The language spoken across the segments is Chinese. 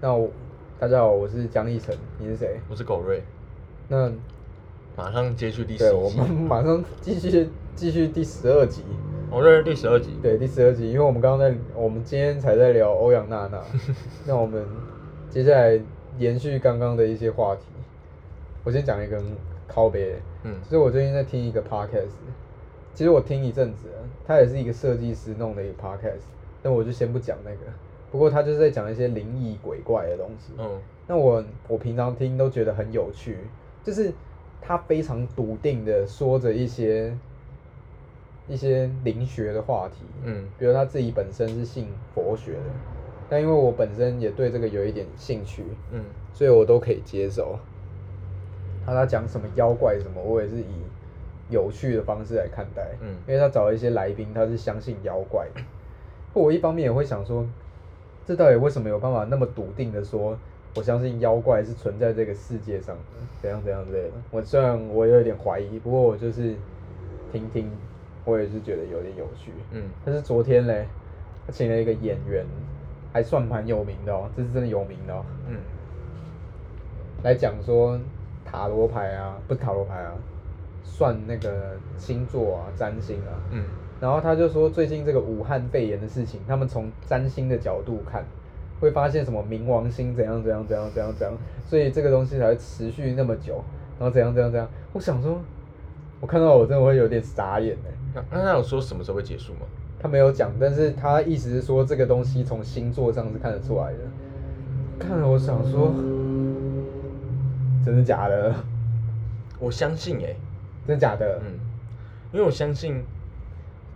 那我大家好，我是江立成，你是谁？我是狗瑞，那马上接续第十对，我集， 们马上继续继续第十二集。我这是哦第十二集，对，第十二集，因为我们刚刚在我们今天才在聊欧阳娜 娜，那我们接下来延续刚刚的一些话题。我先讲一个很靠别，嗯就是我最近在听一个 podcast，其实我听一阵子了，它也是一个设计师弄的一个 podcast，那我就先不讲那个，不过他就是在讲一些灵异鬼怪的东西。嗯那我我平常听都觉得很有趣，就是他非常笃定的说着一些一些灵学的话题，嗯比如他自己本身是信佛学的，但因为我本身也对这个有一点兴趣，嗯所以我都可以接受。那他讲什么妖怪什么，我也是以有趣的方式来看待。嗯因为他找了一些来宾，他是相信妖怪的。我一方面也会想说，这到底为什么有办法那么笃定的说，我相信妖怪是存在这个世界上的，怎样怎样之类的。我虽然我有点怀疑，不过我就是听听，我也是觉得有点有趣。嗯但是昨天嘞，他请了一个演员，还算蛮有名的哦，这是真的有名的哦。嗯，来讲说塔罗牌啊，不是塔罗牌啊，算那个星座啊、占星啊。嗯。然后他就说，最近这个武汉肺炎的事情，他们从占星的角度看，会发现什么冥王星怎样怎样怎样怎样怎样，所以这个东西才会持续那么久，然后怎样怎样怎样。我想说，我看到我真的会有点傻眼哎、那那他有说什么时候会结束吗？他没有讲，但是他意思是说这个东西从星座上是看得出来的。看了我想说，真的假的？我相信哎、真的假的？嗯，因为我相信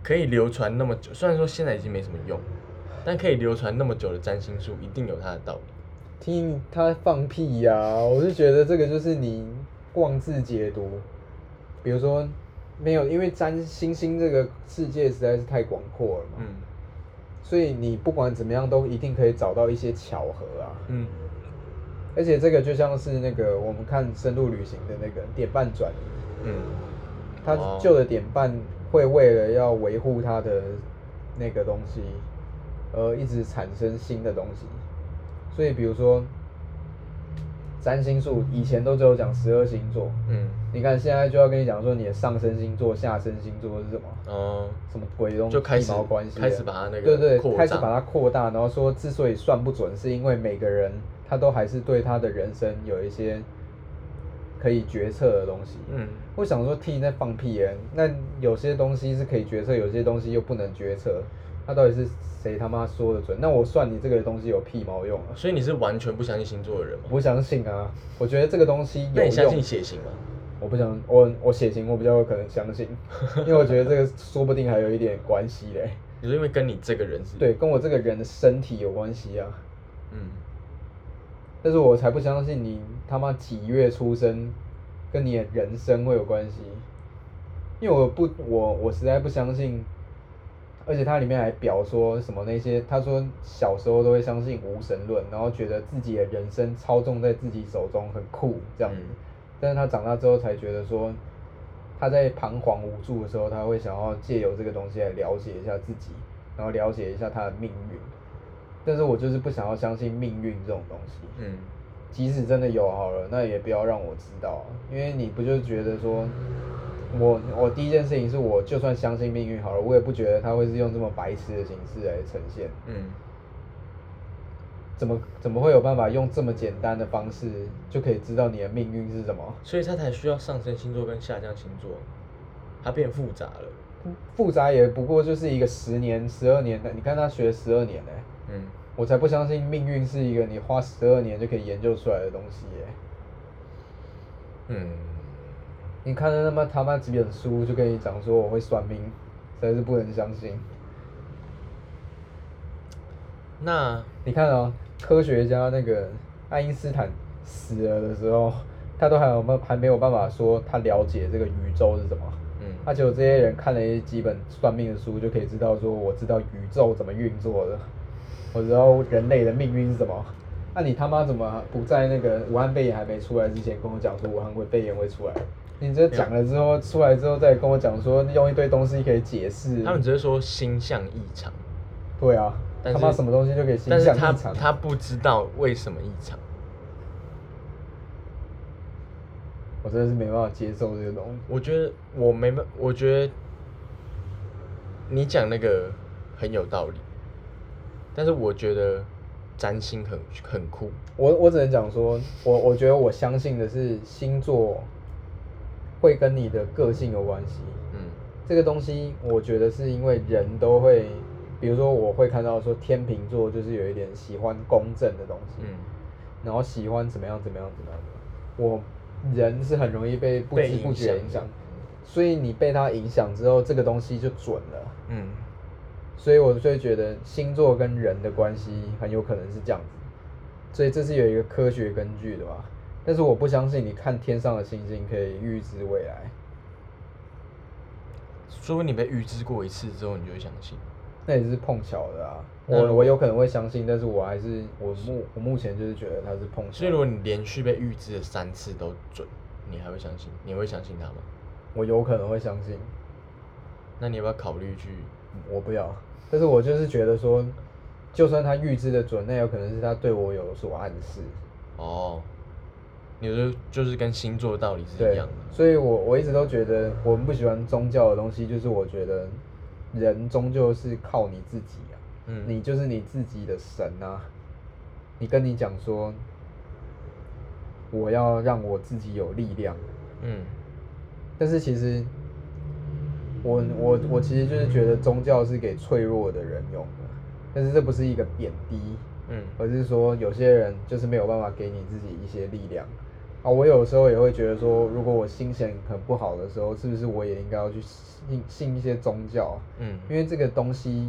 可以流传那么久，虽然说现在已经没什么用，但可以流传那么久的占星术一定有它的道理。听他放屁呀、我就觉得这个就是你妄自解读。比如说，没有，因为占星星这个世界实在是太广阔了嘛，嗯所以你不管怎么样都一定可以找到一些巧合啊。嗯而且这个就像是那个我们看深度旅行的那个点半转移，嗯他哦旧的典范会为了要维护他的那个东西，而一直产生新的东西。所以比如说，占星术以前都只有讲十二星座，嗯，你看现在就要跟你讲说你的上升星座、下升星座是什么，哦、什么鬼东西，就开始鸡毛关系的，开始把它那个对对扩开始张把它扩大，然后说之所以算不准，是因为每个人他都还是对他的人生有一些可以决策的东西，嗯我想说替你在放屁耶，那有些东西是可以决策，有些东西又不能决策，那到底是谁他妈说的准？那我算你这个东西有屁毛用啊！所以你是完全不相信星座的人吗？我相信啊，我觉得这个东西有那你相用信。血型吗？我不想，我我血型我比较有可能相信，因为我觉得这个说不定还有一点关系嘞。你说因为跟你这个人是，对，跟我这个人的身体有关系啊。嗯，但是我才不相信你他妈几月出生，跟你的人生会有关系，因为我不我我实在不相信，而且它里面还表说什么那些，他说小时候都会相信无神论，然后觉得自己的人生操纵在自己手中很酷这样子，嗯但是他长大之后才觉得说。他在彷徨无助的时候，他会想要借由这个东西来了解一下自己，然后了解一下他的命运。但是我就是不想要相信命运这种东西。嗯即使真的有好了，那也不要让我知道啊，因为你不就觉得说，我我第一件事情是我就算相信命运好了，我也不觉得他会是用这么白痴的形式来呈现，嗯怎么怎么会有办法用这么简单的方式就可以知道你的命运是什么？所以他才需要上升星座跟下降星座，它变复杂了。复杂也不过就是一个十年、十二年的，你看他学十二年呢、嗯，我才不相信命运是一个你花十二年就可以研究出来的东西耶、嗯，你看他妈他妈几本书就跟你讲说我会算命，实在是不能相信。那你看哦，科学家那个爱因斯坦死了的时候，他都还有没还没有办法说他了解这个宇宙是什么，嗯他只有这些人看了一几本算命的书就可以知道说我知道宇宙怎么运作的，我知道人类的命运是什么。那、你他妈怎么不在那个武汉肺炎还没出来之前跟我讲说武汉会肺炎会出来？你这讲了之后，出来之后再跟我讲说用一堆东西可以解释他，们只是说星象异常，对啊，但他是妈什么东西就可以形但是象他异常。他不知道为什么异常，我真的是没办法接受这个东西。我觉得我没办，我觉得你讲那个很有道理，但是我觉得占星很很酷，我我只能讲说，我我觉得我相信的是星座会跟你的个性有关系。嗯这个东西，我觉得是因为人都会，比如说我会看到说天秤座就是有一点喜欢公正的东西，嗯，然后喜欢怎么样怎么样怎么样怎么样我人是很容易被不被知不影觉响影响，所以你被它影响之后，这个东西就准了。嗯，所以我就会觉得星座跟人的关系很有可能是这样子，所以这是有一个科学根据的吧。但是我不相信你看天上的星星可以预知未来，说不定你被预知过一次之后，你就会相信。那也是碰巧的啊。那如我果我有可能会相信，但是我还是我目我目前就是觉得它是碰巧。所以如果你连续被预知了三次都准，你还会相信？你会相信他吗？我有可能会相信，那你要不要考虑去？我不要。但是我就是觉得说，就算他预知的准，那有可能是他对我有所暗示。哦，你说就是跟星座的道理是一对样，啊的。所以我我一直都觉得我们不喜欢宗教的东西，就是我觉得人终究是靠你自己啊，嗯你就是你自己的神啊。你跟你讲说，我要让我自己有力量，嗯但是其实我我我其实就是觉得宗教是给脆弱的人用的，但是这不是一个贬低，嗯而是说有些人就是没有办法给你自己一些力量啊。我有时候也会觉得说，如果我心情很不好的时候，是不是我也应该要去信信一些宗教？嗯因为这个东西，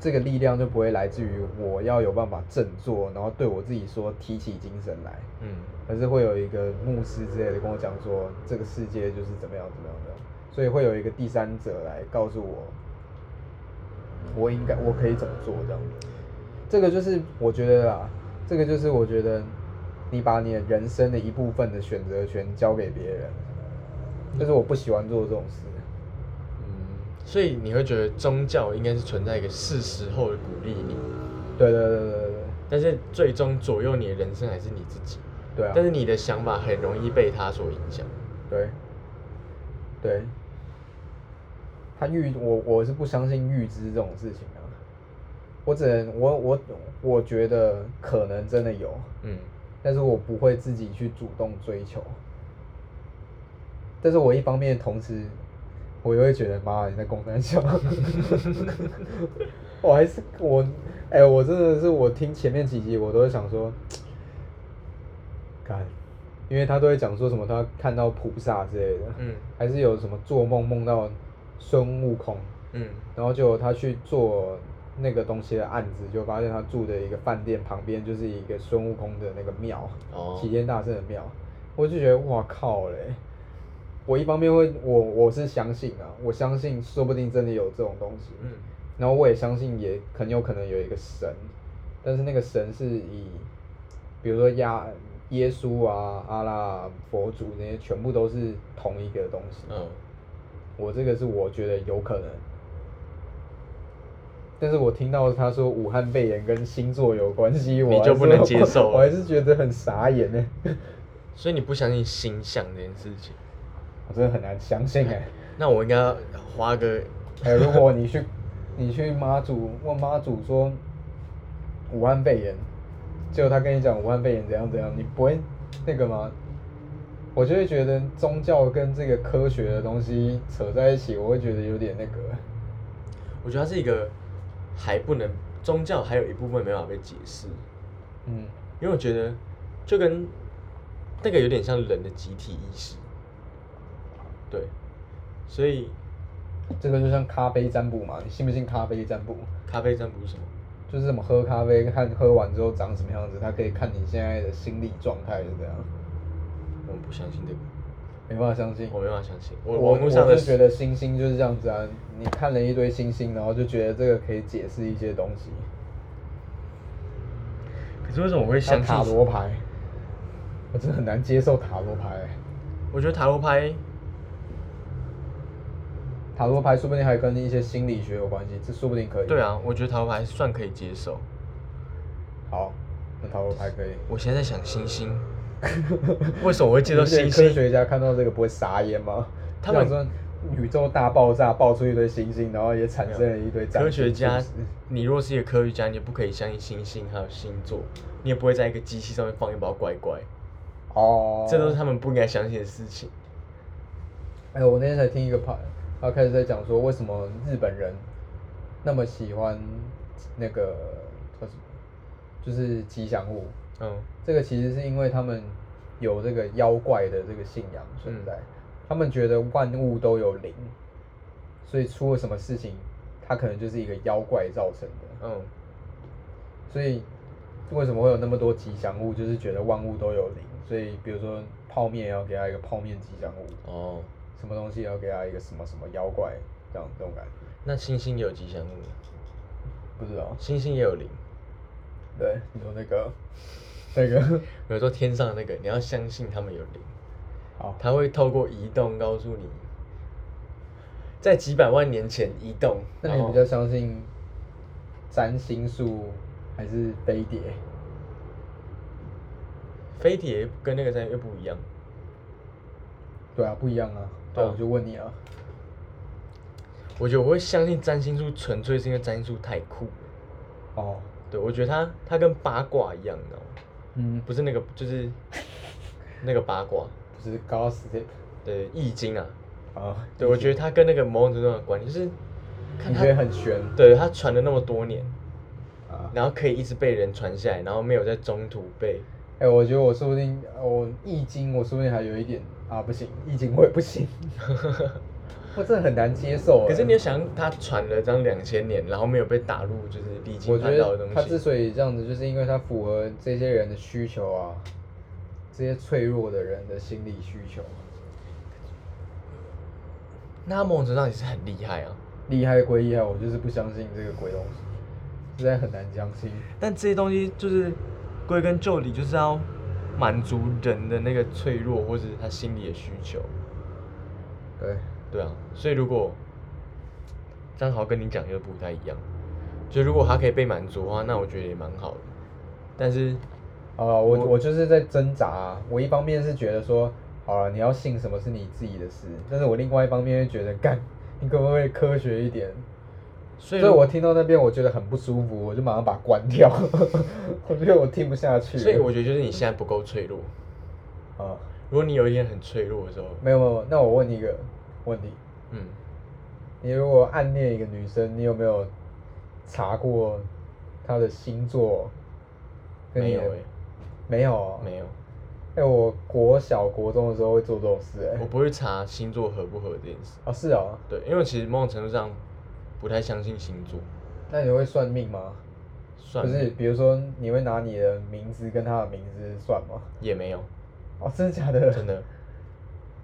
这个力量就不会来自于我要有办法振作，然后对我自己说提起精神来，嗯而是会有一个牧师之类的跟我讲说，这个世界就是怎么样怎么样的，所以会有一个第三者来告诉我，我应该我可以怎么做这样。这个就是我觉得啦，这个就是我觉得你把你的人生的一部分的选择权交给别人，就是我不喜欢做这种事。嗯，所以你会觉得宗教应该是存在一个是时候的鼓励你，对对对对对对但是最终左右你的人生还是你自己。对啊，但是你的想法很容易被他所影响。对对，他预我我是不相信预知这种事情啊，我只能我我我觉得可能真的有，嗯但是我不会自己去主动追求。但是我一方面同时，我又会觉得妈你在公山笑，我还是我，哎、我真的是我听前面几集我都会想说，干，因为他都会讲说什么他看到菩萨之类的，嗯还是有什么做梦梦到孙悟空，嗯然后就他去做那个东西的案子，就发现他住的一个饭店旁边就是一个孙悟空的那个庙，哦齐天大圣的庙，我就觉得哇靠嘞！我一方面会我我是相信啊，我相信说不定真的有这种东西，嗯然后我也相信也很有可能有一个神，但是那个神是以，比如说亚耶稣啊、阿拉啊、佛祖那些全部都是同一个东西，嗯我这个是我觉得有可能，但是我听到他说武汉肺炎跟星座有关系，我你还就是不能接受我还是觉得很傻眼呢，所以你不相信星象这件事情，我真的很难相信哎。那我应该要花个还有，如果你去你去妈祖问妈祖说武汉肺炎，结果他跟你讲武汉肺炎怎样怎样，你不会那个吗？我就会觉得宗教跟这个科学的东西扯在一起，我会觉得有点那个。我觉得它是一个还不能宗教还有一部分没办法被解释，嗯，因为我觉得就跟那个有点像人的集体意识，对，所以这个就像咖啡占卜嘛，你信不信咖啡占卜？咖啡占卜是什么？就是怎么喝咖啡，看喝完之后长什么样子，它可以看你现在的心理状态是怎样。我不相信这个，没办法相信，我没办法相信。我我网络上的就觉得星星就是这样子啊，你看了一堆星星，然后就觉得这个可以解释一些东西，可是为什么我会相像塔信罗牌，我真的很难接受塔罗牌欸、我觉得塔罗牌塔罗牌说不定还跟一些心理学有关系，这说不定可以。对，啊，我觉得塔罗牌算可以接受。好，那塔罗牌可以。我现在在想星星，为什么我 会接受你们这星些科星？学家看到这个不会傻眼吗？他想们说宇宙大爆炸爆出一堆星星，然后也产生了一堆战科争学家是不是，你若是一个科学家，你也不可以相信星星还有星座，你也不会在一个机器上面放一包乖乖，哦，这都是他们不应该相信的事情。哎、我那天才听一个 p 他开始在讲说为什么日本人那么喜欢那个叫什么，就是吉祥物。嗯，这个其实是因为他们有这个妖怪的这个信仰存在，嗯他们觉得万物都有灵，所以出了什么事情，它可能就是一个妖怪造成的。嗯，所以为什么会有那么多吉祥物？就是觉得万物都有灵，所以比如说泡面也要给它一个泡面吉祥物，哦，什么东西也要给它一个什么什么妖怪，这样这种感觉。那星星也有吉祥物吗，不知道，星星也有灵。对，你说那个那个，比如说天上的那个，你要相信他们有灵，好，它会透过移动告诉你，在几百万年前移动。那然你后比较相信占星术还是飞碟？飞碟跟那个在又不一样，对啊，不一样啊。对对，啊我就问你啊，我觉得我会相信占星术，纯粹是因为占星术太酷了。哦，对，我觉得它它跟八卦一样，你知道吗？嗯，不是那个，就是那个八卦，不是 gossip 对，易经啊。啊，对，我觉得它跟那个某种程度上的关系，就是看你它觉得很悬对，它传了那么多年，啊。然后可以一直被人传下来，然后没有在中途被。哎、我觉得我说不定我易经，我说不定还有一点啊，不行，易经我也不 行，我真的很难接受。可是你哎要想，它传了这样两千年，然后没有被打入就是历我觉经看到的得东他之西，所以这样子，就是因为他符合这些人的需求啊，这些脆弱的人的心理需求。啊那它某种程度上也是很厉害啊。厉害归厉害，我就是不相信这个鬼东西，实在很难相信。但这些东西就是归根究底，就是要满足人的那个脆弱或者是他心理的需求，对，对啊。所以如果正好跟你讲又不太一样，就如果他可以被满足的话，那我觉得也蛮好的。但是好了，我我就是在挣扎啊、我一方面是觉得说，好了，你要信什么是你自己的事，但是我另外一方面就觉得，干，你可不可以科学一点？所所以以如我听到那边我觉得很不舒服，我就马上把它关掉。 我觉得我听不下去了。所以我觉得就是你现在不够脆弱。啊，嗯如果你有一天很脆弱的时候，没有没有，那我问你一个问题：嗯，你如果暗恋一个女生，你有没有查过她的星座？跟没你有的诶、没有哦、没有，哎、我国小国中的时候会做这种事、哎我，不会查星座合不合这件事。哦是哦，对，因为其实某种程度上不太相信星座，那你会算命吗？算不是，命比如说你会拿你的名字跟她的名字算吗？也没有，哦，真的假的？真。的。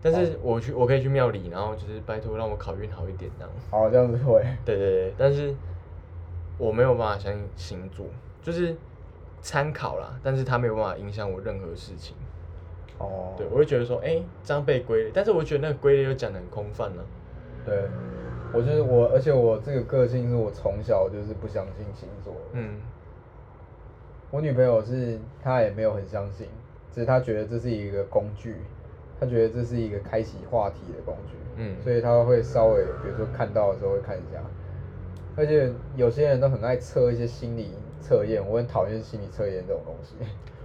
但是哦我去，我可以去庙里，然后就是拜托让我考运好一点这样。 好，这样子会。对对对，但是我没有办法相信星座，就是参考啦，但是它没有办法影响我任何事情。哦，对，我会觉得说，哎、这样被归类，但是我觉得那个归类又讲的很空泛啊了、对，我就是我，而且我这个个性是我从小就是不相信星座。嗯，我女朋友是她也没有很相信，只是她觉得这是一个工具，她觉得这是一个开启话题的工具，嗯所以她会稍微，比如说看到的时候会看一下，而且有些人都很爱测一些心理测验，我很讨厌心理测验这种东西。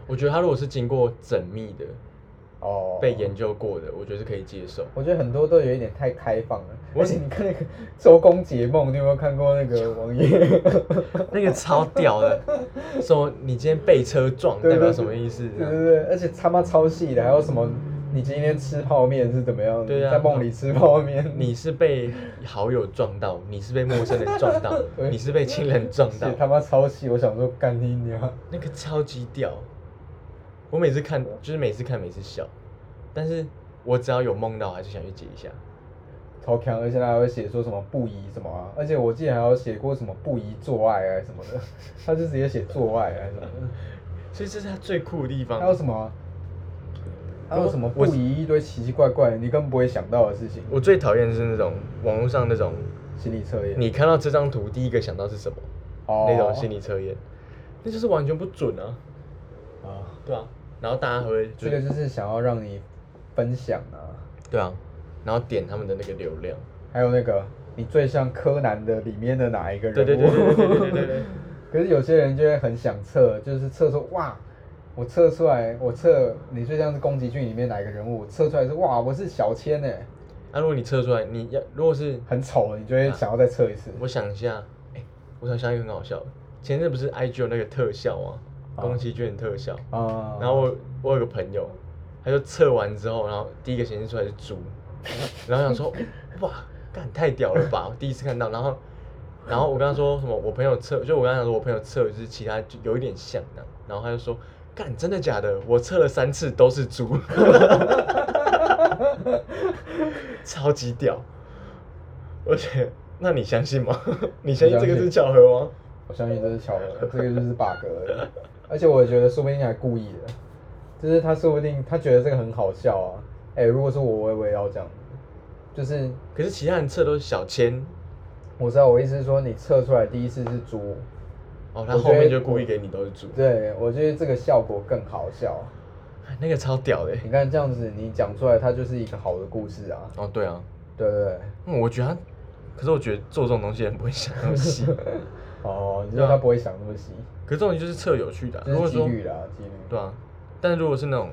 我觉得他如果是经过缜密的、哦， 被研究过的，我觉得是可以接 受。我觉得很多都有一点太开放了，我而且 你看那个《周公解梦》，你有没有看过那 个网页？那个超屌的，说你今天被车撞对代表对什么意思？对对对，而且他妈超细的，还有什么？你今天吃泡面是怎么样？对啊在梦里吃泡面， 你是被好友撞到，你是被陌生人撞到， 对你是被亲人撞写到，他妈超细，我想说干你娘！那个超级屌。我每次看，就是每次看，每次笑，但是我只要有梦到，还是想去解一下。超强，而且他还会写说什么不宜什么啊，而且我记得还有写过什么不宜做爱啊什么的， 他就直接写做爱啊什么的，啊所以这是他最酷的地还有方。什么还有什么不疑一堆奇奇怪怪你根本不会想到的事情，我最讨厌的是那种网络上那种，心理测验。你看到这张图第一个想到是什么，哦那种心理测验，那就是完全不准啊，啊，对啊，然后大家还会这就是个就是想要让你分享啊，对啊，然后点他们的那个流量，还有那个你最像柯南的里面的哪一个人对物？对对对对对对对对， 可是有些人就会很想测，就是测出哇，我测出来，我测你最像是宫崎骏里面哪一个人物，我测出来是哇，我是小千哎、啊，如果你测出来，你要如果是很丑，你就会想要再测一 次。我想一下，哎、我想想一个很好笑的，前阵不是 IG 有那个特效啊，啊宫崎骏的特效，啊、嗯然后我我有个朋友，他就测完之后，然后第一个显示出来是猪，然后想 说，哇，干太屌了吧，我第一次看到，然后然后我跟他说什么，我朋友测，就我跟他讲说我朋友测就是其他就有一点像的，然后他就说，干真的假的？我测了三次都是猪， 超级屌，而且那你相信 吗？你相信这个是巧合吗？我相信这是巧合， 这个就是 bug 而已。而且我觉得说不定还故意的，就是他说不定他觉得这个很好笑啊。哎、如果是我，我也我也要这样，就是可是其他人测都是小千，我知道我意思是说，你测出来第一次是猪，哦，他我觉后面得就故意给你都是猪，对我觉得这个效果更好笑。哎那个超屌的欸。你看这样子，你讲出来，它就是一个好的故事啊，哦，对啊，对不对？嗯我觉得他，可是我觉得做这种东西的人不会想那么细。 哦，你说他不会想那么细，可是这种东西就是测有趣的啊、如这果是几说率啦，几率。对啊，但如果是那种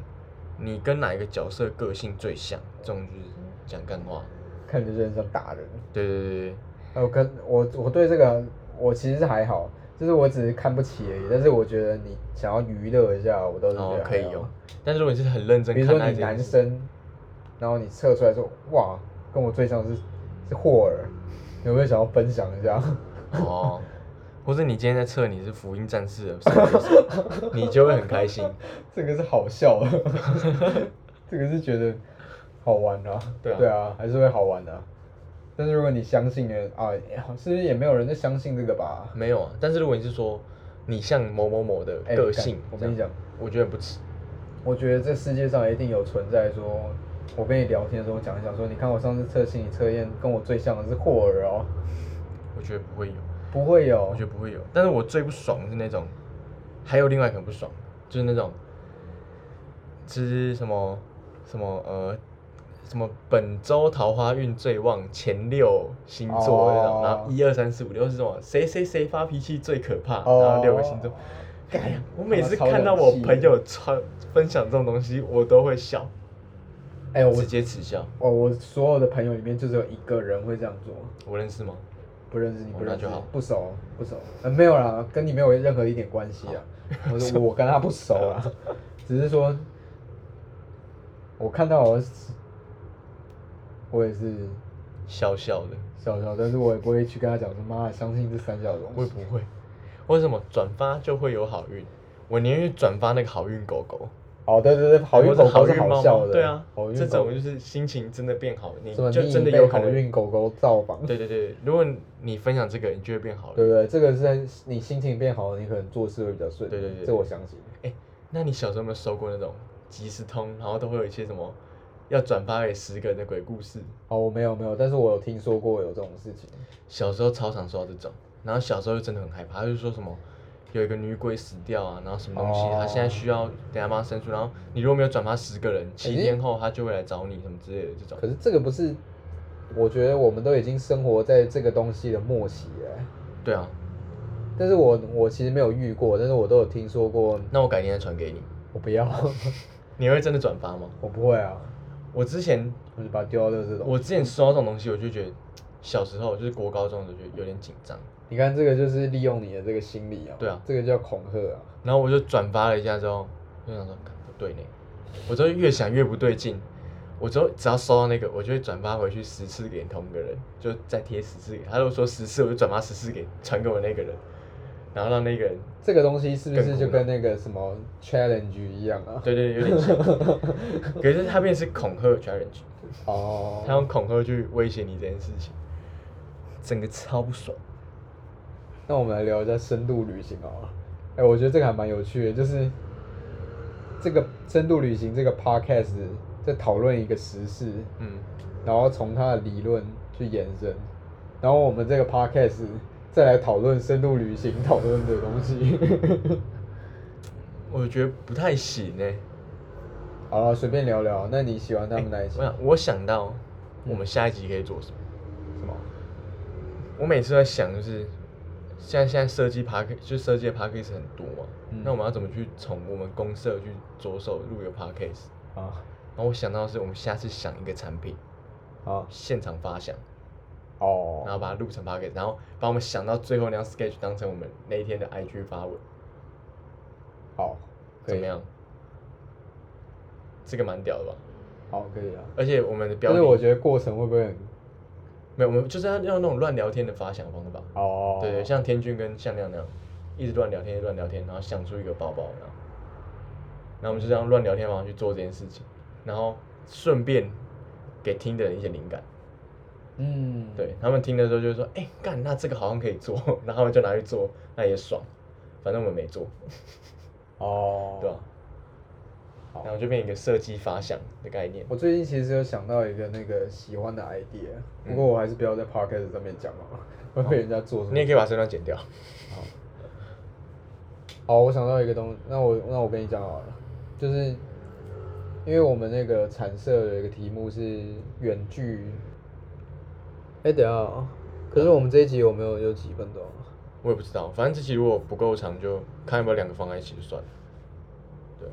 你跟哪一个角色个性最像，这种就是讲干话。看着就很想打人。对对对对，呃，我跟我我对这个我其实是还好，就是我只是看不起而已。但是我觉得你想要娱乐一下，我倒是对觉哦得还好可以哦。但如果你是很认真比如看说待你这男件事，生，然后你测出来说哇，跟我最像是是霍尔，有没有想要分享一下？ 哦，或者你今天在测你是福音战士的时候，你就会很开心。这个是好笑 的，这个是觉得好玩啊，对啊还是会好玩的啊、但是如果你相信了啊，是不是也没有人在相信这个吧？没有啊，但是如果你是说你像某某某的哎个干性，我这跟你样讲，我觉得很不值。我觉得这世界上一定有存在说，我跟你聊天的时候讲一讲说，你看我上次测心理测验，跟我最像的是霍尔哦，我觉得不会有。不会哦我有觉得不会有。但是我最不爽的是那种，还有另外一个很不爽，就是那种，就是什么什么呃，什么本周桃花运最旺前六星座那种，哦然后一二三四五六是什么谁谁谁发脾气最可怕，哦然后六个星座。哎呀，我每次他妈超看到冷我气的朋友传分享这种东西，我都会笑，哎、我直接耻笑。我我所有的朋友里面就是有一个人会这样做，我认识吗？不认识你哦不认那识就好不熟不熟，呃没有啦，跟你没有任何一点关系啊， 我 说我跟他不熟啦，啊只是说，我看到我是我也是笑笑的，笑笑，但是我也不会去跟他讲说妈相信这三角会东西，不会？为什么转发就会有好运？我宁愿转发那个好运狗狗。哦对对对，好运狗狗是或者猫好猫笑的，对啊好，运这狗种就是心情真的变好，你什么就逆真的被有可好能。运狗狗造访，对对对，如果你分享这个，你就会变好了。对不对？这个是你心情变好，你可能做事会比较顺，对对对这我相信。哎，那你小时候有没有收过那种即时通，然后都会有一些什么要转发给十个人的鬼故事？哦，我没有没有，但是我有听说过有这种事情。小时候超常收到这种，然后小时候就真的很害怕，他就说什么有一个女鬼死掉啊，然后什么东西，哦她现在需要等下帮她申诉，然后你如果没有转发十个人，七可是天后她就会来找你什么之类的这种。可是这个不是，我觉得我们都已经生活在这个东西的末期了。对啊，但是我我其实没有遇过，但是我都有听说过。那我改天再传给你，我不要， 你会真的转发吗？我不会啊，我之前我就把它丢到垃圾桶。我之前收到这种东西，我就觉得小时候就是国高中的时候就有点紧张，你看这个就是利用你的这个心理啊，对啊这个叫恐吓啊。然后我就转发了一下之后，就想说干不对呢，我就越想越不对劲，我就只要收到那个，我就会转发回去十次给同一个人，就再贴十次给他，如果说十次，我就转发十次给传给我那个人，然后让那个人，这个东西是不更是古就老跟那个什么 challenge 一样 啊？对对对，有点像，可是他变成是恐吓 challenge，哦，他用恐吓去威胁你这件事情，整个超不爽。那我们来聊一下深度旅行好了。哎、我觉得这个还蛮有趣的，就是这个深度旅行这个 podcast 在讨论一个时事，嗯，然后从它的理论去延伸，然后我们这个 podcast 再来讨论深度旅行讨论的东西。 我觉得不太行哎、好了，随便聊聊。那你喜欢他哎们哪一集？我想，我想到嗯我们下一集可以做什么。什么？我每次在想，就是现在现在设计 p a r k 就是设计的 p a r k a s 很多嘛，嗯那我们要怎么去从我们公社去着手录一个 p a r k a s 啊，然后我想到的是，我们下次想一个产品，好，现场发想，哦，然后把它录成 p a r k a s 然后把我们想到最后那样 sketch 当成我们那一天的 IG 发文，好，可怎以么？样？这个蛮屌的吧？好，可以啊。而且我们的标但题是我觉得过程会不会很……没有，我们就是要用那种乱聊天的发想方法。哦，对对，像天君跟向亮那样，一直乱聊天，一直乱聊天，然后想出一个包包，然后，然后我们就这样乱聊天，然后去做这件事情，然后顺便给听的人一些灵感。嗯，对他们听的时候就会说，哎、干，那这个好像可以做， 然后就拿去做，那也爽，反正我们没做，哦，对吧、啊好然后就变一个设计发想的概念。我最近其实有想到一个那个喜欢的 idea，不嗯过我还是不要在 podcast 上面讲好了， 会被人家做什么。你也可以把这段剪掉。好，好，我想到一个东那我那我跟你讲好了，就是因为我们那个产社有一个题目是远距。哎、等一下、哦，可是我们这一集有没有有几分钟啊？我也不知道，反正这期如果不够长，就看要不要两个放在一起就算了。对，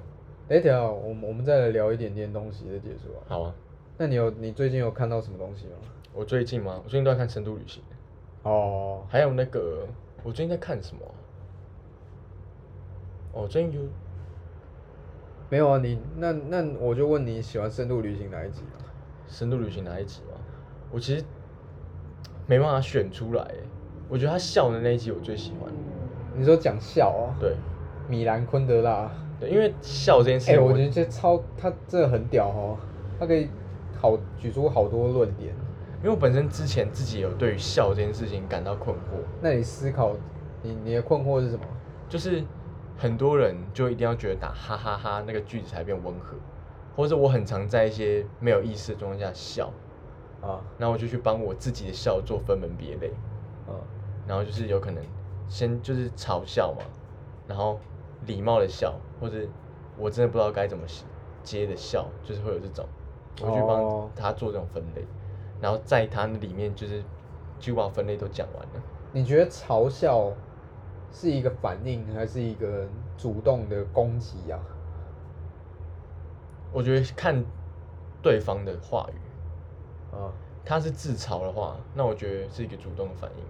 哎、等一下哦，我们我们再来聊一点点东西再结束啊。好啊。那你有你最近有看到什么东西吗？我最近吗？我最近都在看《深度旅行》。哦，还有那个，我最近在看什么啊、哦，最近有没有啊，你那那我就问你喜欢深度旅行哪一集啊？深度旅行哪一集吗？我其实没办法选出来耶，我觉得他笑的那一集我最喜欢。你说讲笑啊？对米兰昆德拉。对，因为笑这件事哎、情我觉得这超他真的很屌哦，他可以好举出好多论点。因为我本身之前自己有对于笑这件事情感到困惑，那你思考，你你的困惑是什么？就是很多人就一定要觉得打哈哈哈那个句子才变温和，或者我很常在一些没有意识的状况下笑，啊，然后我就去帮我自己的笑做分门别类。嗯，然后就是有可能先就是嘲笑嘛，然后礼貌的笑，或者我真的不知道该怎么接的笑，就是会有这种，我去哦帮他做这种分类，然后在他里面就是几乎把分类都讲完了。你觉得嘲笑是一个反应，还是一个主动的攻击啊？我觉得看对方的话语，啊，他是自嘲的话，那我觉得是一个主动的反应；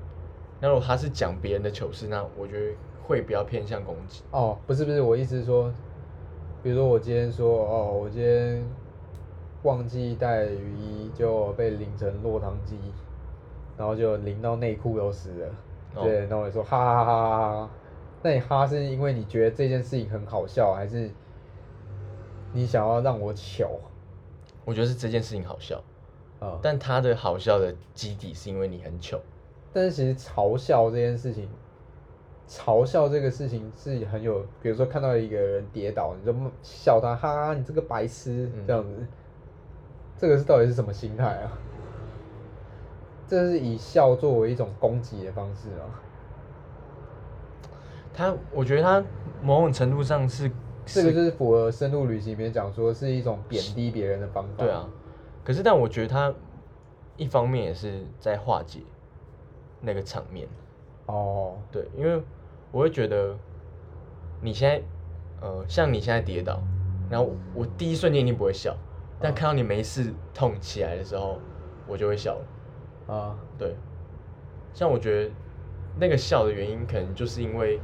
那如果他是讲别人的糗事，那我觉得会比较偏向攻击。哦，不是不是，我意思是说，比如说我今天说，哦，我今天忘记带雨衣，就被淋成落汤鸡，然后就淋到内裤都湿了。哦对，然后我就说哈哈哈哈哈哈。那你哈是因为你觉得这件事情很好笑，还是你想要让我糗？我觉得是这件事情好笑，啊、但他的好笑的基底是因为你很糗。但是其实嘲笑这件事情，嘲笑这个事情是很有，比如说看到一个人跌倒，你就笑他，哈哈，你这个白痴、嗯这样子，这个是到底是什么心态啊？ 这是以笑作为一种攻击的方式啊，他，我觉得他某种程度上是，这个就是符合深度旅行里面讲说是一种贬低别人的方法。对啊，。可是，但我觉得他一方面也是在化解那个场面，哦，对，因为我会觉得你现在，呃，像你现在跌倒，然后我我第一瞬间一定不会笑，但看到你没事痛起来的时候，我就会笑了。啊，对，像我觉得那个笑的原因，可能就是因为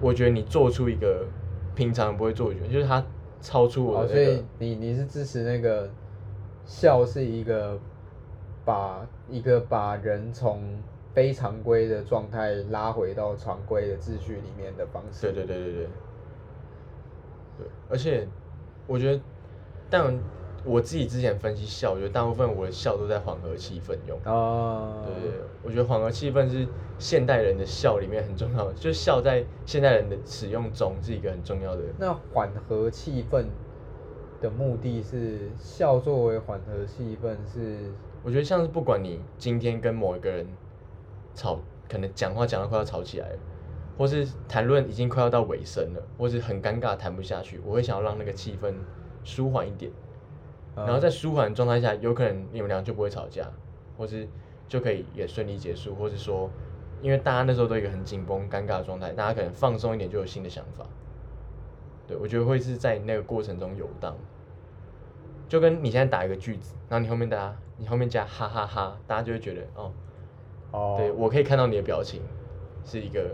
我觉得你做出一个平常不会做的决定，就是他超出我哦，的所那个。以你你是支持那个笑是一个把一个把人从非常规的状态拉回到常规的秩序里面的方式。对对对对对，对，而且我觉得，但我自己之前分析笑，我觉得大部分我的笑都在缓和气氛用。啊，对对对，我觉得缓和气氛是现代人的笑里面很重要的，就是笑在现代人的使用中是一个很重要的。那缓和气氛的目的是笑作为缓和气氛是我觉得像是不管你今天跟某一个人吵，可能讲话讲到快要吵起来了，或是谈论已经快要到尾声了，或是很尴尬谈不下去，我会想要让那个气氛舒缓一点，啊然后在舒缓的状态下，有可能你们俩就不会吵架，或是就可以也顺利结束，或是说，因为大家那时候都有一个很紧绷、尴尬的状态，大家可能放松一点就有新的想法。对，我觉得会是在那个过程中游荡，就跟你现在打一个句子，然后你后面大家，你后面加哈哈哈大家就会觉得哦，哦对我可以看到你的表情，是一个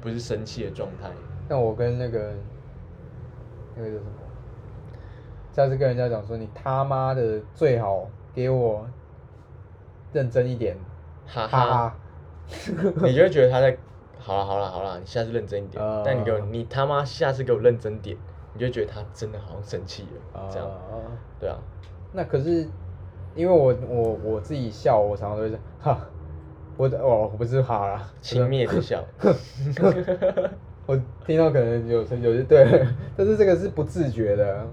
不是生气的状态。那我跟那个那个叫什么？下次跟人家讲说，你他妈的最好给我认真一点，哈哈哈， 你就会觉得他在，好了好了好了，你下次认真一点。呃但你给我，你他妈下次给我认真点，你就觉得他真的好像生气了， 这样，啊对 啊，那可是因为我我我自己笑，我常常都会说哈，我的哦我不是哈啦，轻蔑的笑。 我听到可能有时有些对， 但是这个是不自觉的。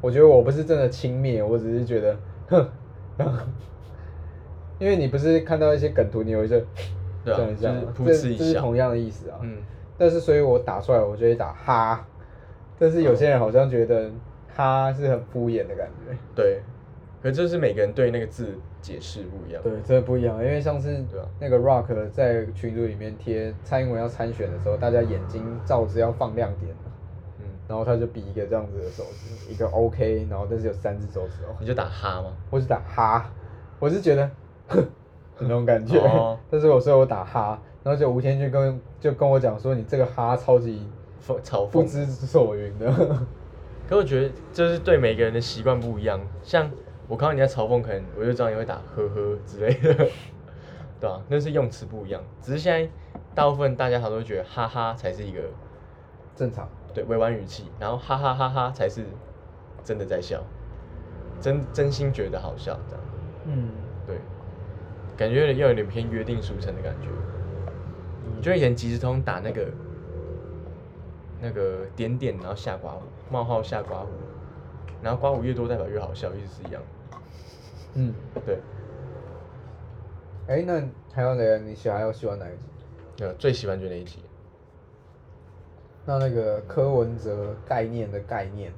我觉得我不是真的轻蔑，我只是觉得，哼，因为你不是看到一些梗图，你有一些，对啊这样这样就是扑这哧一这是笑同样的意思啊。嗯，但是所以我打出来，我就会打哈，但是有些人好像觉得哈是很敷衍的感觉。对。可是就是每个人对那个字解释不一样。对，真的不一样，因为上次对啊那个 Rock 在群组里面贴蔡英文要参选的时候，大家眼睛罩子要放亮点啊嗯，然后他就比一个这样子的手指，一个 OK，然后但是有三只手指哦，你就打哈吗？我只打哈，我是觉得 哼那种感觉，哦 但是我说我打哈，然后就吴天就跟就跟我讲说你这个哈超级讽嘲不讽。知所云的， 可我觉得就是对每个人的习惯不一样，像我看到你在嘲讽，可能我就知道你会打呵呵之类的， 对啊，那是用词不一样。只是现在大部分大家好像都觉得哈哈才是一个正常，对委婉语气，然后哈哈哈哈才是真的在笑，真真心觉得好笑这样，嗯，对，感觉有点又有点偏约定俗成的感觉。就以前即时通打那个那个点点，然后下刮胡，冒号下刮胡，然后刮胡越多代表越好笑，意思是一样。嗯，对，哎、那还有哪个你喜欢有喜欢哪一集？呃，最喜欢就那一集。那那个柯文哲概念的概念，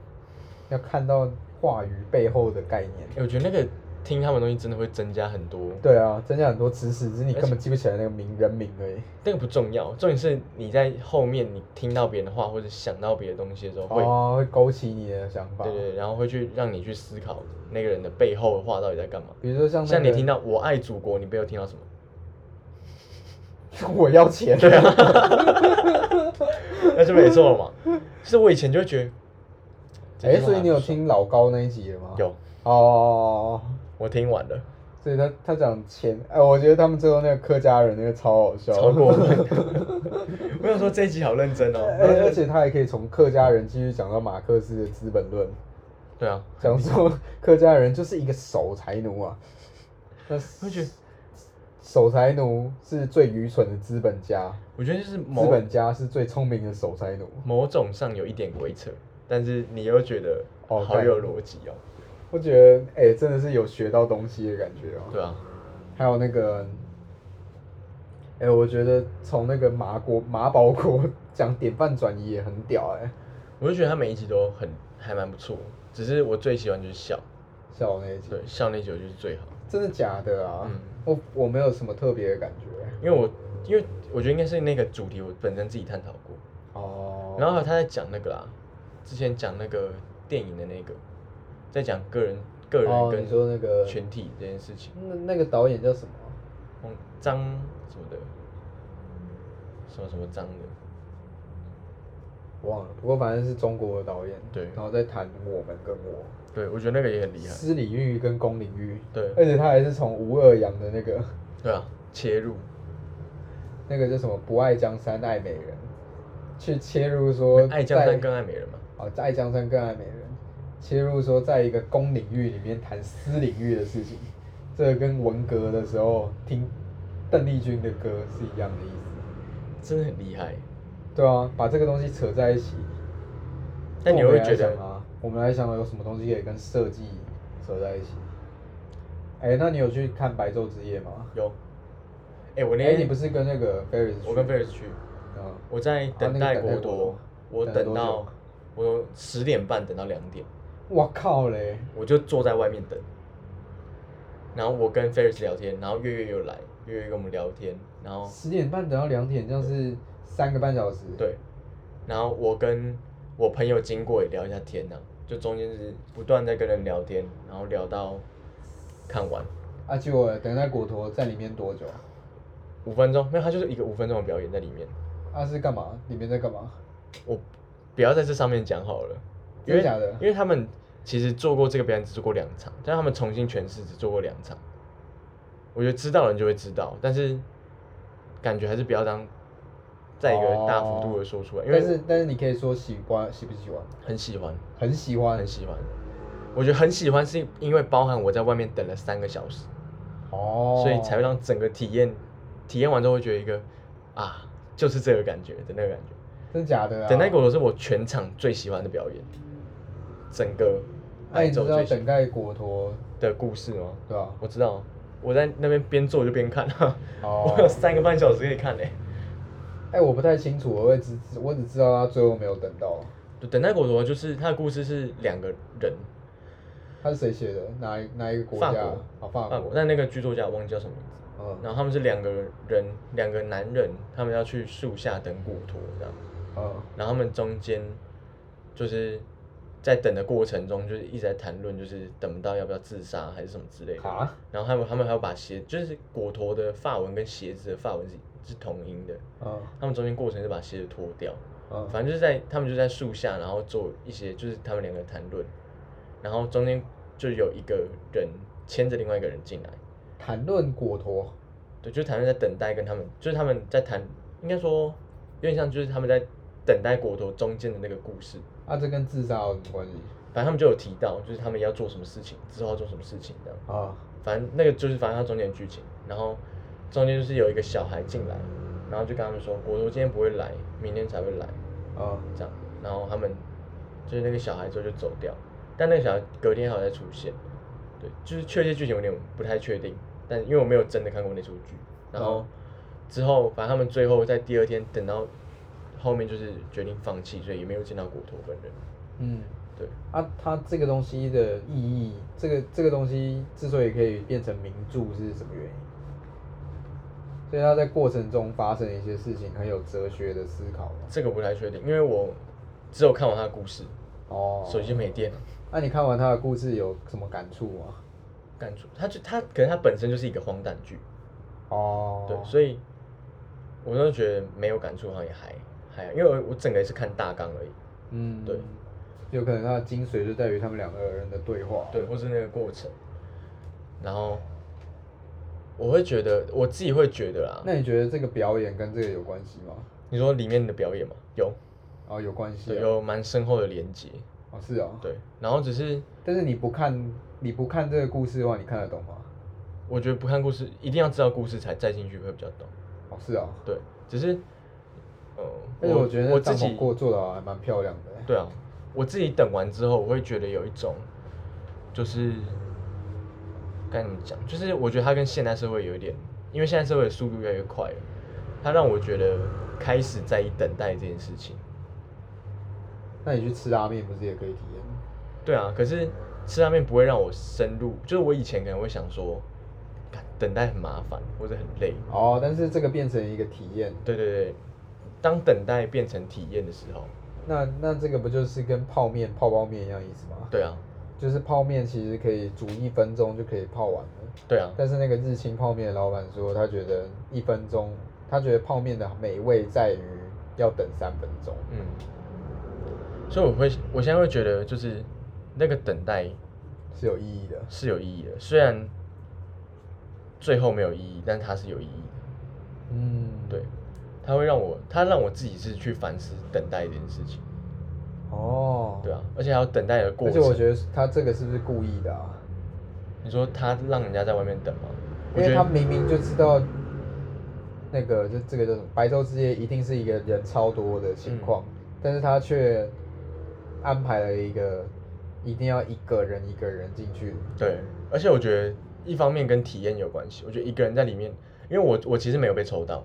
要看到话语背后的概念。哎我觉得那个听他们东西真的会增加很多，对啊，增加很多知识，只是你根本记不起来那个名人名而已。那个不重要，重点是你在后面你听到别人的话或者想到别的东西的时候会，哦，会勾起你的想法。对对对，然后会去让你去思考那个人的背后的话到底在干嘛。比如说像、那个、像你听到“我爱祖国”，你背后听到什么？ 我要钱，啊 那就没错了嘛。就是我以前就会觉得，这哎，句话所以你有不爽听老高那一集了吗？有，哦，我听完了，所以他他讲钱，哎，我觉得他们最后那个客家人那个超好笑，超过分。我想说这一集好认真哦。然 而后 就而且他还可以从客家人继续讲到马克思的《资本论》。 对啊，讲说 客家人就是一个守财奴啊，那我觉得守财奴是最愚蠢的资本家，我觉得就是资某本家是最聪明的守财奴。某种上有一点鬼扯，但是你又觉得哦好有逻辑哦。我觉得，哎、真的是有学到东西的感觉哦。对啊，还有那个，哎、我觉得从那个马国马保国讲典范转移也很屌哎、我就觉得他每一集都很还蛮不错，只是我最喜欢就是笑，笑我那一集，对，笑那集我就是最好，真的假的啊？嗯我我没有什么特别的感觉、因为我因为我觉得应该是那个主题我本身自己探讨过，哦，然后还有他在讲那个啦，之前讲那个电影的那个，在讲个人个人哦跟你说那个群体这件事情，那那个导演叫什么啊？嗯，张什么的，什么什么张的，忘了，不过反正是中国的导演，对然后再谈我们跟我，对我觉得那个也很厉害，私领域跟公领域，对而且他还是从吴二阳的那个对啊，切入，那个叫什么不爱江山爱美人，去切入说爱江山在更爱美人嘛，哦，爱江山更爱美人，切入说，在一个公领域里面谈私领域的事情，这个跟文革的时候听邓丽君的歌是一样的意思。真的很厉害。对啊，把这个东西扯在一起。但你我们会来觉得想啊，我们来想有什么东西可以跟设计扯在一起？哎、那你有去看《白昼之夜》吗？有？哎、我那哎、天你不是跟那个 Ferris？我跟去 Ferris 去，嗯，我在等待国多，啊我那个等待国多等到我十点半等到两点，我靠嘞！我就坐在外面等。然后我跟 Ferris 聊天，然后月月又来，月月跟我们聊天，然后十点半等到两点，这样是三个半小时。对，然后我跟我朋友经过也聊一下天呢、就中间是不断在跟人聊天，然后聊到看完啊，结果等待果陀在里面多久啊？五分钟，没有，他就是一个五分钟的表演在里面。啊是干嘛？里面在干嘛？我不要在这上面讲好了，因真的为假的因为他们其实做过这个表演只做过两场，但他们重新诠释只做过两场。我觉得知道的人就会知道，但是感觉还是不要当在一个大幅度的说出来，因哦但为是但是你可以说喜欢喜不喜欢？很喜欢，很喜我欢很喜欢。我觉得很喜欢是因为包含我在外面等了三个小时，哦，所以才会让整个体验体验完之后会觉得一个啊，就是这个感觉的那个感觉。真的假的啊？等待果陀是我全场最喜欢的表演，整个那爱你知州道最喜等待果陀的故事吗？对吧？我知道，我在那边边做就边看， 哦我有三个半小时可以看欸嘞。哎、我不太清楚，我也只我只知道他最后没有等到。就等待果陀就是他的故事是两个人，他是谁写的？哪一哪一个国法家？国哦，法法国。国，但那个剧作家我忘记叫什么名字。嗯然后他们是两个人，两个男人，他们要去树下等果陀这样。嗯，然后他们中间就是在等的过程中，就是一直在谈论，就是等到要不要自杀还是什么之类的。啊，然后他们他们还要把鞋，就是果陀的发纹跟鞋子的发纹是是同音的，嗯他们中间过程是把鞋子脱掉，嗯，反正就是在他们就在树下，然后做一些就是他们两个谈论，然后中间就有一个人牵着另外一个人进来，谈论果陀。对，就是谈论在等待跟他们，就是他们在谈，应该说有点像就是他们在等待果陀中间的那个故事，啊，这跟自杀有什么关系？反正他们就有提到，就是他们要做什么事情，之后要做什么事情这样。啊，反正那个就是反正它中间的剧情，然后中间就是有一个小孩进来，然后就跟他们说，国多今天不会来，明天才会来，啊，这样，然后他们就是那个小孩之后就走掉，但那个小孩隔天还有再出现，对，就是确切剧情有点不太确定，但因为我没有真的看过那出剧，然后嗯之后反正他们最后在第二天等到后面就是决定放弃，所以也没有见到国陀本人，嗯，对，啊，它这个东西的意义，这个这个东西之所以可以变成名著是什么原因？所以它在过程中发生的一些事情，很有哲学的思考嘛。这个不太确定，因为我只有看完他的故事，哦，手机没电了。那、你看完他的故事有什么感触吗？感触，他就他可能他本身就是一个荒诞剧，哦，对，所以我就觉得没有感触好像也还还好，因为我我整个也是看大纲而已，嗯，对，有可能它的精髓就在于他们两个人的对话。对，或是那个过程，然后我会觉得我自己会觉得啦，那你觉得这个表演跟这个有关系吗？你说里面的表演嘛，有哦，有关系、对啊。有蛮深厚的连接，哦，是啊、哦。对，然后只是但是你不看，你不看这个故事的话，你看得懂吗？我觉得不看故事一定要知道故事才再进去会比较懂，哦，是啊、哦。对，只是呃，但是我觉得我那自帐己篷过做的还蛮漂亮的。欸对啊，我自己等完之后，我会觉得有一种，就是该怎么讲，就是我觉得它跟现代社会有一点，因为现代社会的速度越来越快了，它让我觉得开始在意等待这件事情。那你去吃拉面不是也可以体验吗？对啊，可是吃拉面不会让我深入，就是我以前可能会想说，干等待很麻烦或者很累。哦，但是这个变成一个体验，对对对，当等待变成体验的时候，那那这个不就是跟泡面、泡泡面一样意思吗？对啊，就是泡面其实可以煮一分钟就可以泡完了，对啊，但是那个日清泡面的老板说，他觉得一分钟，他觉得泡面的美味在于要等三分钟。嗯，所以我会，我现在会觉得就是那个等待是有意义的。是有意义的，虽然最后没有意义，但它是有意义的。嗯，对，它会让我，它让我自己是去反思等待这件事情。哦，对啊，而且还要等待的过而程。且我觉得他这个是不是故意的啊？你说他让人家在外面等吗？我因觉为他得明明就知道，那个就这个叫什么白昼之夜一定是一个人超多的情况，嗯但是他却安排了一个一定要一个人一个人进去。对，而且我觉得一方面跟体验有关系。我觉得一个人在里面，因为我我其实没有被抽到，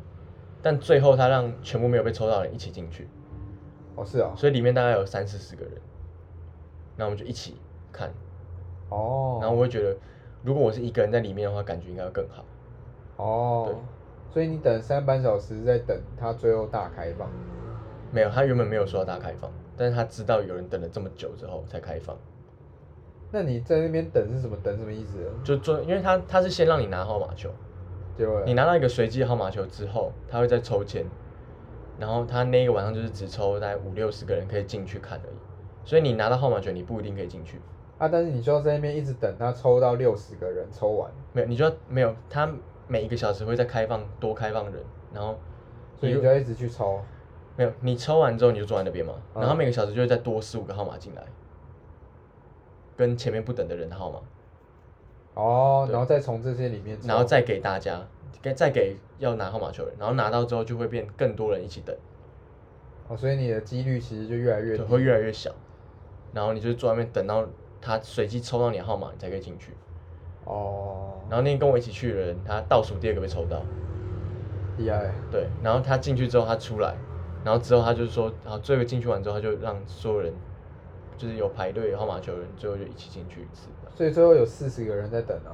但最后他让全部没有被抽到的人一起进去，哦，是啊、所以里面大概有三四十个人，那我们就一起看，哦，然后我会觉得，如果我是一个人在里面的话，感觉应该要更好。哦，所以你等三半小时再等他最后大开放，没有，他原本没有说要大开放，但是他知道有人等了这么久之后才开放，那你在那边等是什么等什么意思？就做，因为他他是先让你拿号码球，结果你拿到一个随机的号码球之后，他会再抽签，然后他那个晚上就是只抽大概五六十个人可以进去看而已，所以你拿到号码球你不一定可以进去，啊，但是你就要在那边一直等他抽到六十个人抽完，没有你就要没有，他每一个小时会再开放多开放人，然后所以你就要一直去抽。没有你抽完之后你就坐在那边嘛，嗯然后每个小时就会再多十五个号码进来，跟前面不等的人的号码，哦，对然后再从这些里面抽，然后再给大家，给再给要拿号码球的人，然后拿到之后就会变更多人一起等，哦，所以你的几率其实就越来越就低。会越来越小，然后你就坐在那边等到他随机抽到你的号码，你才可以进去。哦，然后那天跟我一起去的人，他倒数第二个被抽到，厉害。对，然后他进去之后他出来，然后之后他就说，然后最后进去完之后他就让所有人，就是有排队有号码球的人，最后就一起进去一次。所以最后有四十个人在等啊，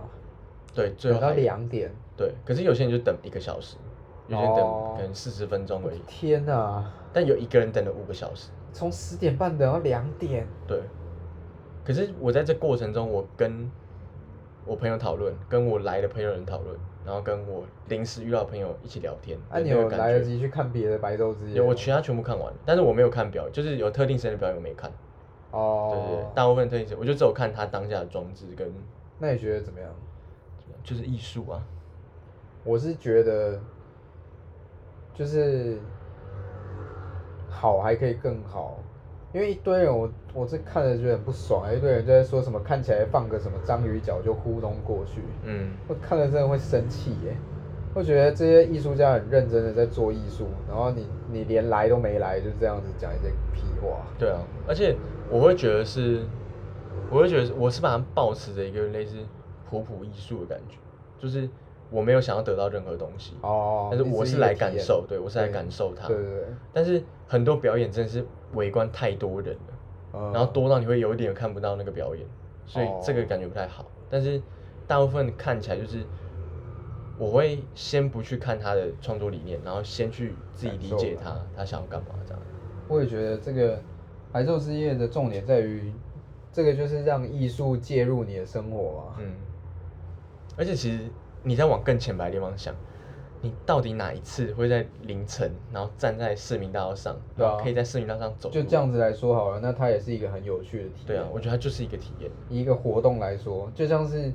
对，最后等到还两点。对，可是有些人就等一个小时，有些人等哦可能四十分钟而已，天哪、啊，但有一个人等了五个小时。从十点半等到两点，对，可是我在这过程中，我跟我朋友讨论，跟我来的朋友人讨论，然后跟我临时遇到的朋友一起聊天。啊，有你那有个感来得觉？及去看别的白昼之夜有，吗？我其他全部看完了，但是我没有看表演，就是有特定时间的表演我没看。对对哦对，，大部分特定时间，我就只有看他当下的装置跟那你觉得怎么样？就是艺术啊。我是觉得，就是好还可以更好，因为一堆人我我这看着觉得很不爽，啊一堆人就在说什么看起来放个什么章鱼脚就糊弄过去，嗯，我看了真的会生气耶。我觉得这些艺术家很认真的在做艺术，然后你你连来都没来，就这样子讲一些屁话。对啊，而且我会觉得是，我会觉得是我是把它保持着一个类似普普艺术的感觉，就是我没有想要得到任何东西。哦，但是你我只是一个来体感验受，对我是来感受它。对对对，但是很多表演真的是围观太多人了，嗯哦然后多到你会有一点看不到那个表演，所以这个感觉不太好。但是大部分看起来就是，我会先不去看他的创作理念，然后先去自己理解他，他想要干嘛这样。我也觉得这个白昼之夜的重点在于，这个就是让艺术介入你的生活啊嘛。嗯，而且其实你在往更浅白的地方想，你到底哪一次会在凌晨，然后站在市民大道上，对啊然后可以在市民大道上走路？就这样子来说好了，那它也是一个很有趣的体验。对啊，我觉得它就是一个体验。以一个活动来说，就像是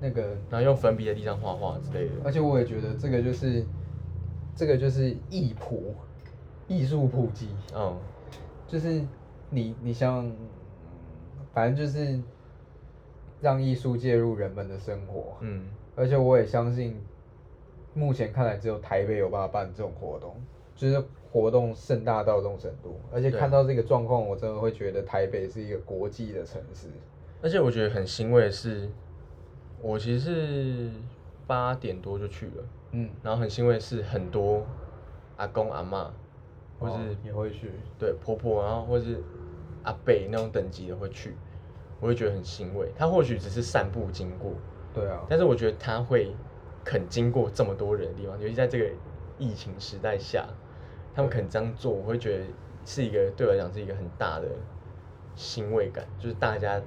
那个，然后用粉笔在地上画画之类的。而且我也觉得这个就是，这个就是艺普，艺术普及，嗯，就是你你像，反正就是让艺术介入人们的生活。嗯，而且我也相信，目前看来只有台北有办法办这种活动，就是活动盛大到这种程度。而且对看到这个状况，我真的会觉得台北是一个国际的城市。而且我觉得很欣慰的是，我其实是八点多就去了，嗯，然后很欣慰的是很多阿公阿嬷，或是、哦也会去，对婆婆，然后或是阿伯那种等级的会去，我会觉得很欣慰。他或许只是散步经过，对啊，但是我觉得他会肯经过这么多人的地方，尤其在这个疫情时代下，他们肯这样做，我会觉得是一个对我来讲是一个很大的欣慰感，就是大家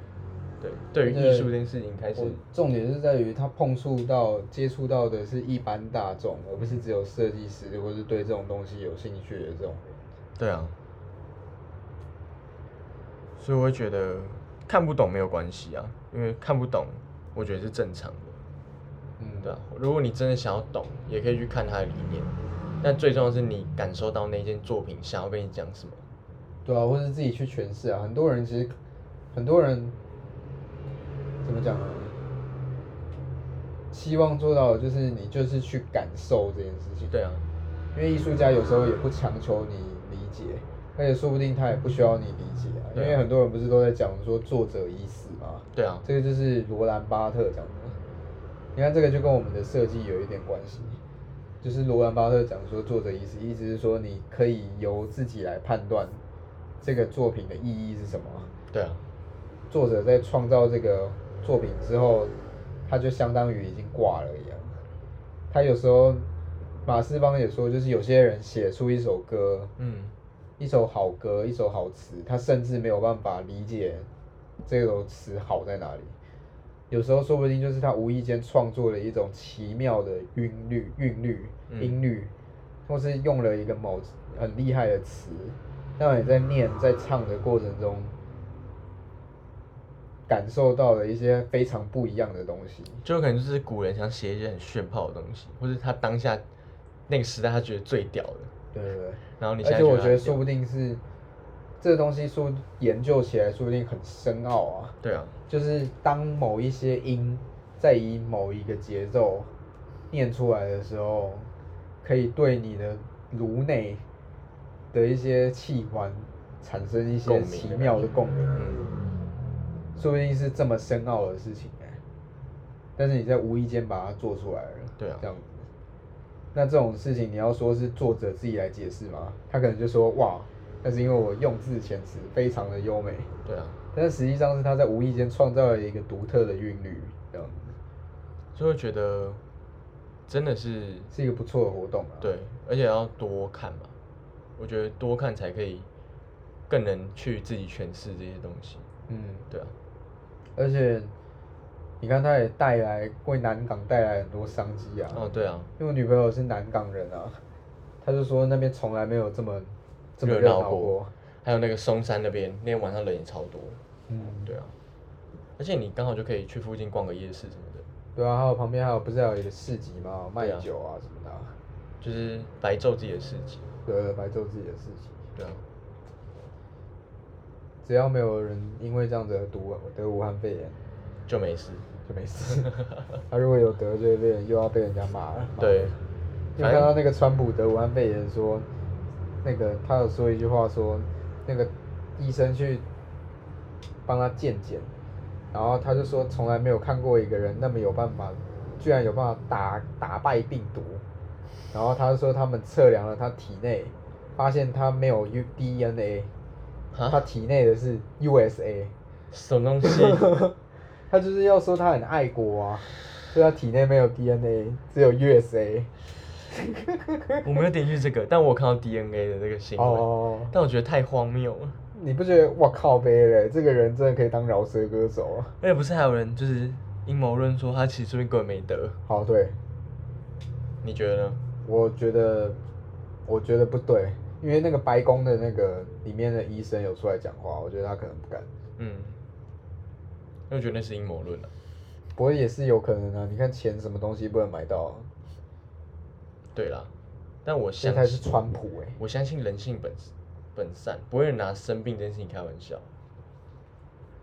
对对于而且艺术这件事情开始我重点是在于它碰触到、接触到的是一般大众，而不是只有设计师或是对这种东西有兴趣的这种人。对啊，所以我会觉得看不懂没有关系啊，因为看不懂我觉得是正常的。嗯，对啊，如果你真的想要懂，也可以去看他的理念，但最重要的是你感受到那件作品想要跟你讲什么，对啊，或是自己去诠释啊。很多人其实，很多人怎么讲呢？啊希望做到的就是你就是去感受这件事情。对啊，因为艺术家有时候也不强求你理解，而且说不定他也不需要你理解啊。因对啊为很多人不是都在讲说作者已死嘛，对啊，这个就是罗兰巴特讲的。你看这个就跟我们的设计有一点关系，就是罗兰巴特讲说作者已死，意思是说你可以由自己来判断这个作品的意义是什么。对啊，作者在创造这个作品之后，他就相当于已经挂了一样。他有时候，马斯邦也说，就是有些人写出一首歌，嗯，一首好歌，一首好词，他甚至没有办法理解这首词好在哪里。有时候说不定就是他无意间创作了一种奇妙的韵律、韵律、嗯音律，或是用了一个某很厉害的词，让你在念、在唱的过程中，感受到了一些非常不一样的东西。就有可能就是古人想写一些很炫炮的东西，或者他当下那个时代他觉得最屌的，对对对。然后你而现在且我它觉得很屌说不定是这个东西说研究起来说不定很深奥啊。对啊，就是当某一些音在以某一个节奏念出来的时候，可以对你的颅内的一些器官产生一些共鸣的奇感妙的共鸣，嗯，说不定是这么深奥的事情哎、但是你在无意间把它做出来了，对啊这样子。那这种事情你要说是作者自己来解释吗？他可能就说哇，那是因为我用字遣词非常的优美，对啊，但实际上是他在无意间创造了一个独特的韵律，这样子就会觉得真的是是一个不错的活动啊。对，而且要多看吧，我觉得多看才可以更能去自己诠释这些东西。嗯，对啊，而且你看，他也带来为南港带来很多商机啊。哦对啊，因为我女朋友是南港人啊，她就说那边从来没有这么这么热热闹闹过过。还有那个松山那边，那天晚上人也超多。嗯，对啊，而且你刚好就可以去附近逛个夜市什么的，对啊，还有旁边还有不是还有一个市集嘛，卖对啊酒啊什么的、啊，就是白昼自己的事情。对，来做自己的事情。对啊，只要没有人因为这样子而毒得武汉肺炎，就没事。就没 事。他如果有得罪被人，又要被人家骂了。对，啊你有看到那个川普得武汉肺炎说，那个他有说一句话说，那个医生去帮他健检，然后他就说从来没有看过一个人那么有办法，居然有办法打打败病毒，然后他就说他们测量了他体内，发现他没有 U DNA，啊他体内的是 USA，什么东西？ 他就是要说他很爱国啊，所以他体内没有 DNA，只有 USA。我没有点进去这个，但我有看到 DNA 的这个新闻，哦但我觉得太荒谬了。你不觉得哇靠背嘞？这个人真的可以当饶舌歌手啊？而且不是还有人就是阴谋论说他其实说不定根本没得，好，对，你觉得呢？我觉得，我觉得不对，因为那个白宫的那个里面的医生有出来讲话，我觉得他可能不敢，嗯，因为我觉得那是阴谋论啊了。不过也是有可能啊。你看钱什么东西不能买到、啊，对啦，但我这相才是信，川普哎、我相信人性本本善，不会拿生病这件事情开玩笑。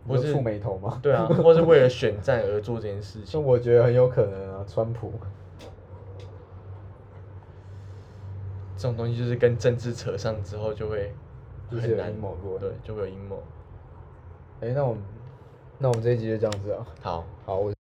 你或是是触眉头吗？对啊， 或是为了选战而做这件事那情。我觉得很有可能啊，川普。这种东西就是跟政治扯上之后，就会就是很有难阴谋论对，就会有阴谋。哎、那我们，那我们这一集就这样子啊。好，好，我。